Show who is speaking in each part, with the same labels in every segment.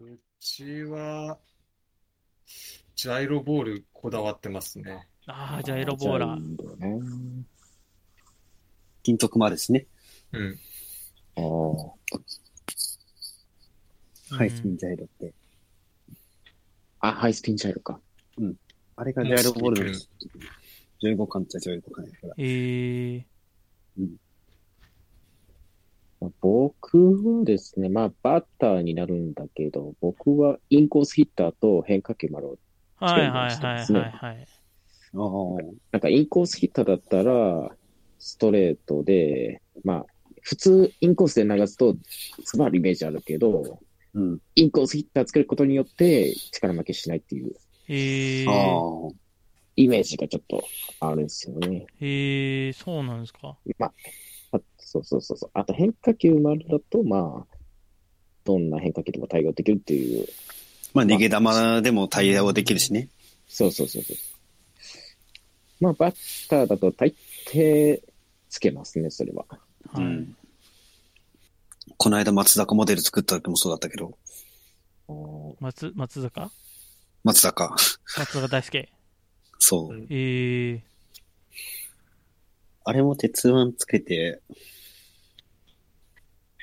Speaker 1: うちは、ジャイロボールこだわってますね。
Speaker 2: ああ、ジャイロボーラー。
Speaker 3: ジャイロね金徳まですね。
Speaker 1: うん。
Speaker 3: ああ。ハイスピンジャイロって。
Speaker 4: あ、ハイスピンジャイロか。
Speaker 3: あれがジャイロボール
Speaker 1: う
Speaker 3: の
Speaker 1: ん
Speaker 3: 15巻っちゃ15巻やから。
Speaker 2: ええ
Speaker 4: 僕はですね、まあ、バッターになるんだけど、僕はインコースヒッターと変化球もある。
Speaker 2: はいはいはいはいはい。
Speaker 3: ああ。
Speaker 4: なんかインコースヒッターだったら、ストレートで、まあ、普通インコースで流すと詰まるイメージあるけど、
Speaker 3: うん。
Speaker 4: インコースヒッター作ることによって力負けしないっていう
Speaker 2: ええ
Speaker 3: ああ。
Speaker 4: イメージがちょっとあるんですよね。
Speaker 2: ええそうなんですか。
Speaker 4: まあ、あそうそうそうそう。あと変化球もあるだと、まあ、どんな変化球でも対応できるっていう、
Speaker 3: まあ、逃げ玉でも対応できるしね。
Speaker 4: そうそうそうそう。まあ、バッターだと大抵つけますね、それは。
Speaker 2: はい。
Speaker 3: うんこの間松坂モデル作った時もそうだったけど、
Speaker 2: 松松坂
Speaker 3: 松坂。
Speaker 2: 松坂大輔。
Speaker 3: そうう。
Speaker 1: ん
Speaker 2: ええ
Speaker 3: あれも鉄腕つけて、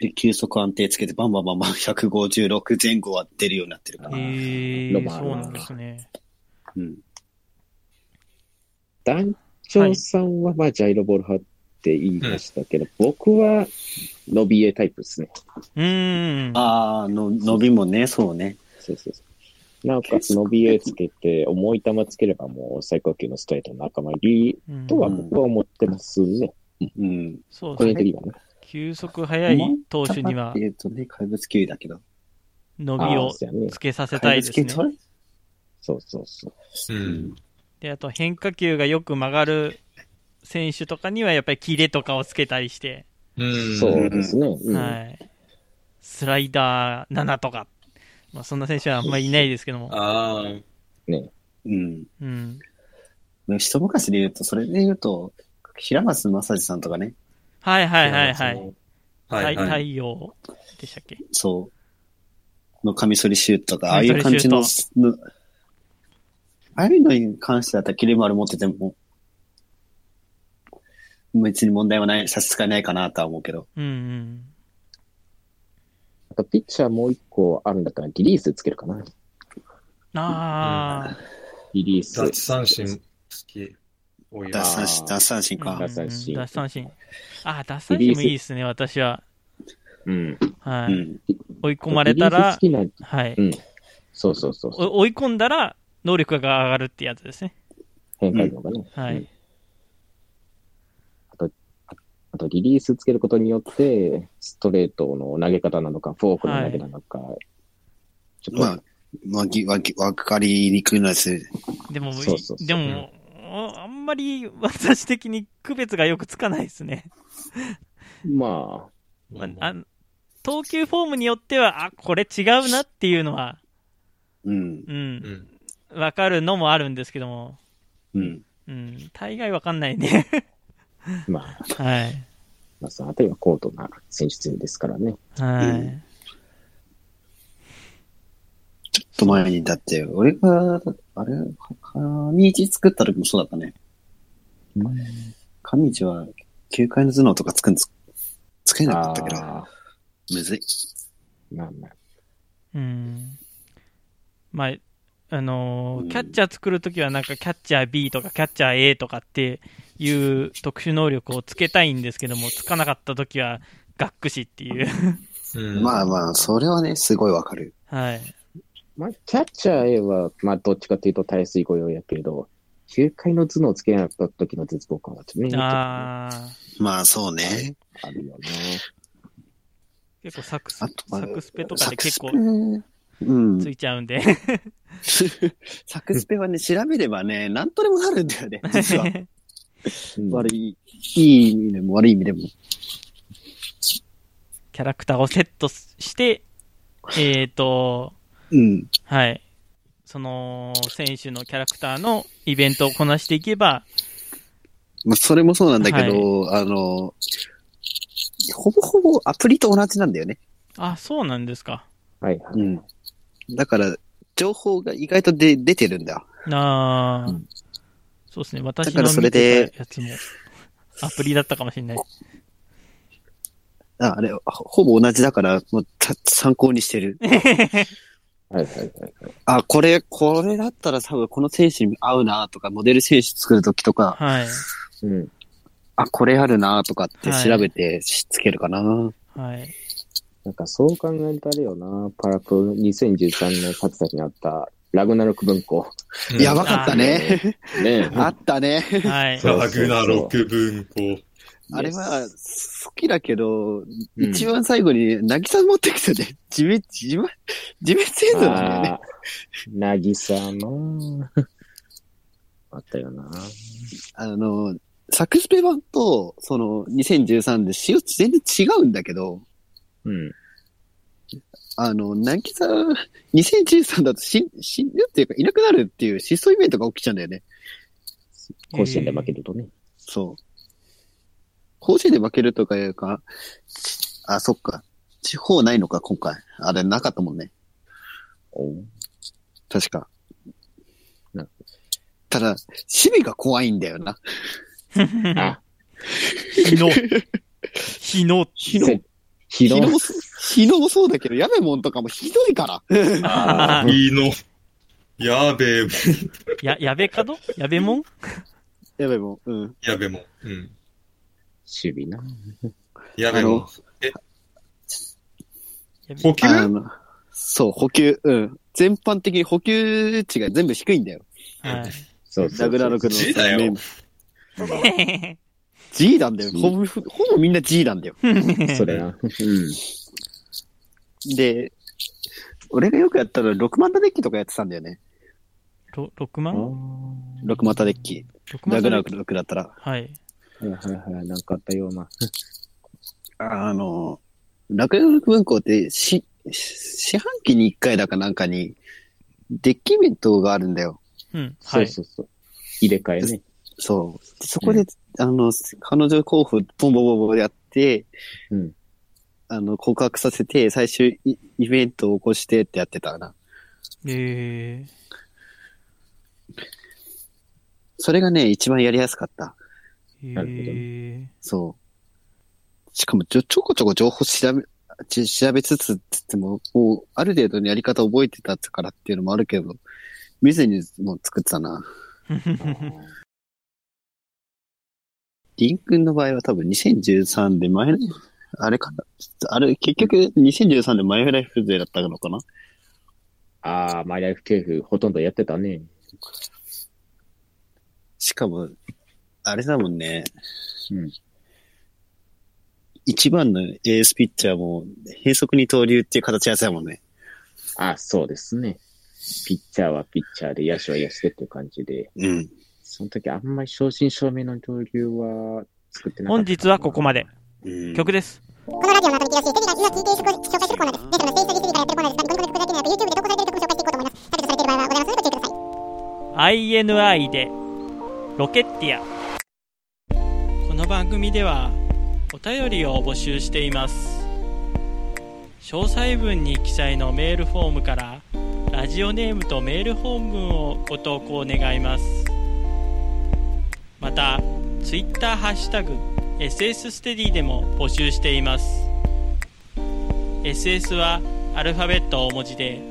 Speaker 3: で、球速安定つけて、バンバンバンバン156前後は出るようになってるから。
Speaker 2: ええ
Speaker 4: ロマンあ
Speaker 2: そ
Speaker 4: る
Speaker 2: う
Speaker 4: な
Speaker 2: なんですね。
Speaker 3: うん。
Speaker 4: 団長さんは、まあ、ジャイロボール派って言いましたけど、僕は伸びえタイプですね。
Speaker 2: うーん。
Speaker 3: ああ、の、伸びもね、そうね。
Speaker 4: そうそうそう。なおかつ伸びえつけて、重い球つければもう最高級のストレートの仲間入り
Speaker 2: うん
Speaker 4: とは僕は思ってますね。
Speaker 3: うん。
Speaker 2: そう
Speaker 4: 個
Speaker 2: です
Speaker 4: 人
Speaker 2: ね。
Speaker 4: 的にはね。
Speaker 2: 急速速い投手には
Speaker 3: えっとね、怪物球だけど。
Speaker 2: 伸
Speaker 4: あ
Speaker 2: び
Speaker 4: あ
Speaker 2: を
Speaker 4: そうやね
Speaker 2: つけさせた
Speaker 3: 怪
Speaker 2: いです
Speaker 3: 物球
Speaker 2: ね。
Speaker 3: 取れ
Speaker 4: そうそうそう。
Speaker 1: う
Speaker 3: うんん。
Speaker 2: で、あと変化球がよく曲がる選手とかにはやっぱりキレとかをつけたりして、
Speaker 1: うん
Speaker 4: そうですね。うん
Speaker 2: はい。スライダー7とか。まあそんな選手はあんまりいないですけども。
Speaker 1: ああ、
Speaker 3: うん。
Speaker 2: うん。
Speaker 3: 一昔で言うと、それで言うと、平松正治さんとかね、
Speaker 2: はいはいはいは
Speaker 1: そ
Speaker 2: い。
Speaker 1: のはい
Speaker 2: 太
Speaker 1: は
Speaker 2: 太
Speaker 1: い。
Speaker 2: 陽でしたっけ
Speaker 3: そう、のカミソリシュートとか、ああいう
Speaker 2: カ
Speaker 3: 感
Speaker 2: ミソ
Speaker 3: じ
Speaker 2: リ
Speaker 3: の、のああいうのに関してだったら切れ丸持ってても、別に問題はない、差し支えないかなとは思うけど。
Speaker 2: うんうん。
Speaker 4: あとピッチャーもう一個あるんだったらリリースつけるかな。
Speaker 2: あ
Speaker 4: リリース。
Speaker 1: 奪三振好き多いな
Speaker 3: 脱三振、
Speaker 4: あー
Speaker 2: あ。うんうんうん。
Speaker 3: 脱三振か
Speaker 4: 奪三振
Speaker 2: 奪三振。ああ、奪三振もいいですね、私は。
Speaker 4: うん。
Speaker 2: は
Speaker 3: う
Speaker 2: い。
Speaker 3: ん。
Speaker 2: 追い込まれたら、
Speaker 4: リリース好きな、
Speaker 2: はい。
Speaker 4: そうそうそうそう。
Speaker 2: お追い込んだら、能力が上がるってやつですね。
Speaker 4: 変化のがね。
Speaker 2: は
Speaker 4: う
Speaker 2: い
Speaker 4: ん。あとリリースつけることによって、ストレートの投げ方なのか、フォークの投げなのか、ちょっと、
Speaker 3: まあ、わき、わき、わかりにくいのでする。
Speaker 2: でも、
Speaker 4: そうそうそう
Speaker 2: でも、あんまり私的に区別がよくつかないですね。
Speaker 4: まあ、
Speaker 2: まああ投球フォームによっては、あ、これ違うなっていうのは、
Speaker 3: うん。
Speaker 2: うん
Speaker 1: う、ん
Speaker 2: わかるのもあるんですけども、
Speaker 3: うん。
Speaker 2: うん、大概わかんないね。
Speaker 4: まあ、
Speaker 2: はい。
Speaker 4: まあ、そのあたりは高度な選手陣ですからね。
Speaker 2: はい。
Speaker 3: ちょっと前に、だって、俺が、あれ、上市作った時もそうだったね。上市は、球界の頭脳とかつくんつ、つけなかったけど、
Speaker 4: あ
Speaker 3: むずい。
Speaker 4: ーまあまあ、
Speaker 2: うん。まあ、あのー
Speaker 3: うん
Speaker 2: キャッチャー作るときはなんかキャッチャー B とかキャッチャー A とかっていう特殊能力をつけたいんですけども、つかなかったときは、がっくしっていう。
Speaker 1: うん
Speaker 3: まあまあ、それはね、すごいわかる。
Speaker 2: はい。
Speaker 4: まあ、キャッチャー A は、まあ、どっちかというと、たやすい御用やけれど、球界の頭脳をつけなかった時の絶望感はちょっとね、
Speaker 2: ああ。
Speaker 3: まあ、そうね。
Speaker 4: あるよね。
Speaker 2: 結構サクス、
Speaker 3: あ
Speaker 2: サ
Speaker 3: とは
Speaker 2: クスペとかで結構
Speaker 3: サクスペうん。
Speaker 2: ついちゃうんで。
Speaker 3: サクスペはね、調べれば ね、なんとでもなるんだ よね、実は。
Speaker 4: うん
Speaker 3: 悪い、いい意味でも悪い意味でも。
Speaker 2: キャラクターをセットして、えっ、と、
Speaker 3: うん。
Speaker 2: はい。その、選手のキャラクターのイベントをこなしていけば、
Speaker 3: まあ、それもそうなんだけど、あの、ほぼほぼアプリと同じなんだよね。
Speaker 2: あ、そうなんですか。
Speaker 4: はいはい。
Speaker 3: うん。だから、情報が意外とで出てるんだ。
Speaker 2: なあ、
Speaker 3: うん
Speaker 2: そうですね。私
Speaker 3: だから
Speaker 2: の
Speaker 3: そ
Speaker 2: 見
Speaker 3: れで
Speaker 2: てたやつも、アプリだったかもしれない。
Speaker 3: ああれ、ほほぼ同じだから、もうた参考にしてる。
Speaker 4: はいはいはい。
Speaker 3: あ、これ、これだったら多分この選手に合うなとか、モデル選手作るときとか、
Speaker 2: はい。
Speaker 4: うん。
Speaker 3: あ、これあるなとかって
Speaker 2: はい
Speaker 3: 調べてしつけるかな。
Speaker 2: はい。
Speaker 4: なんかそう考えるとあれよな、パラプ2013の作者にあったラグナロク文庫。
Speaker 1: うん
Speaker 3: やばかったね。
Speaker 4: ね
Speaker 3: あったね。
Speaker 2: はい。
Speaker 4: そう
Speaker 1: ラグナロク文庫。
Speaker 3: あれは、好きだけど、
Speaker 4: うん
Speaker 3: 一番最後に、渚持ってきてね、自滅、自滅、自滅映像なんだよね。
Speaker 4: あーなぎさの。あったよな。
Speaker 3: あの、作スペ版と、その、2013で仕様全然違うんだけど、
Speaker 4: うん。
Speaker 3: あの、渚、2013だと死死ぬっていうか、いなくなるっていう失踪イベントが起きちゃうんだよね。
Speaker 4: 甲子園で負けるとね。
Speaker 3: そう。甲子園で負けるとかいうか、あ、そっか。地方ないのか、今回。あれ、なかったもんね。
Speaker 4: おう
Speaker 3: 確か
Speaker 4: な。
Speaker 3: ただ、守備が怖いんだよな。
Speaker 4: あ、
Speaker 2: 日の。日の。
Speaker 3: 日
Speaker 4: せ
Speaker 3: 日
Speaker 4: 広
Speaker 3: 野もそう、日野もそうだけど、やべもんとかもひどいから。
Speaker 4: あ
Speaker 1: いいの。やべえもん、
Speaker 2: や、やべかどやべもん
Speaker 3: やべもん。うん。
Speaker 1: やべえもん。うん。
Speaker 4: 守備な。
Speaker 1: やべえもん
Speaker 3: あの。
Speaker 2: やべ
Speaker 1: 補給
Speaker 3: あの、そう、補給、うん。全般的に補給値が全部低いんだよ。
Speaker 2: はい。
Speaker 4: そうそうそう。
Speaker 3: ラグナロクの。
Speaker 1: G だよ
Speaker 3: メンバー G なんだよ。
Speaker 4: G
Speaker 3: ほぼ、ほぼみんな G なんだよ。
Speaker 4: そ れな。うん。
Speaker 3: で、俺がよくやったら6万タデッキとかやってたんだよね。
Speaker 2: ろ6万
Speaker 3: 6万タデッキ。
Speaker 2: ?6
Speaker 3: ラ
Speaker 2: 万
Speaker 3: グナロクだったら。
Speaker 2: はい。
Speaker 4: はいはいはい。なんかあったような。
Speaker 3: あの、ラグナロク文庫って、し、四半期に1回だかなんかに、デッキイベントがあるんだよ。
Speaker 2: うん。は
Speaker 4: そう
Speaker 2: い。
Speaker 4: そうそう。入れ替えね。
Speaker 3: そう。そこで、あの、彼女候補、ボンボンボンボンでやって、
Speaker 4: うん。
Speaker 3: あの、告白させて、最終イイベントを起こしてってやってたな。
Speaker 2: え
Speaker 3: それがね、一番やりやすかった。
Speaker 2: ー。
Speaker 4: なるほど
Speaker 2: え
Speaker 3: そう。しかもちょ、ちょこちょこ情報調べ、ち調べつつ、つっても、もう、ある程度のやり方覚えてたからっていうのもあるけど、見ずにもう作ってたな。
Speaker 2: ー。
Speaker 3: リン君の場合は多分2013で前の、あれかなあれ、結局2013でマイフライフ勢だったのかな
Speaker 4: ああ、マイライフ KF ほとんどやってたね。
Speaker 3: しかも、あれだもんね。
Speaker 4: うん。
Speaker 3: 一番のエースピッチャーも、変則二刀流っていう形のやつだもんね。
Speaker 4: あそうですね。ピッチャーはピッチャーで、野手は野手でっていう感じで、
Speaker 3: うん。
Speaker 4: その時あんまり正真正銘の上流は作ってなかった
Speaker 2: 本日はここまで。。
Speaker 3: うん、
Speaker 2: 曲です。
Speaker 5: このラジオの後に聞きやすい、的な今聞いている曲を紹介するコーナーです。メタルの聖書についてからやってるコーナーです。ゴミゴミ曲だけでなく YouTube で投稿されている曲を紹介していこうと思います。削除されている場合はございますのでご注意ください。
Speaker 2: INI でロケッティアこの番組ではお便りを募集しています詳細文に記載のメールフォームからラジオネームとメール本文をご投稿願いますまた Twitter ハッシュタグ SS ステディでも募集しています SS はアルファベット大文字で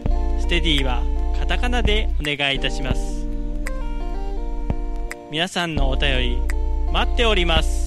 Speaker 2: ステディはカタカナでお願いいたします皆さんのお便り待っております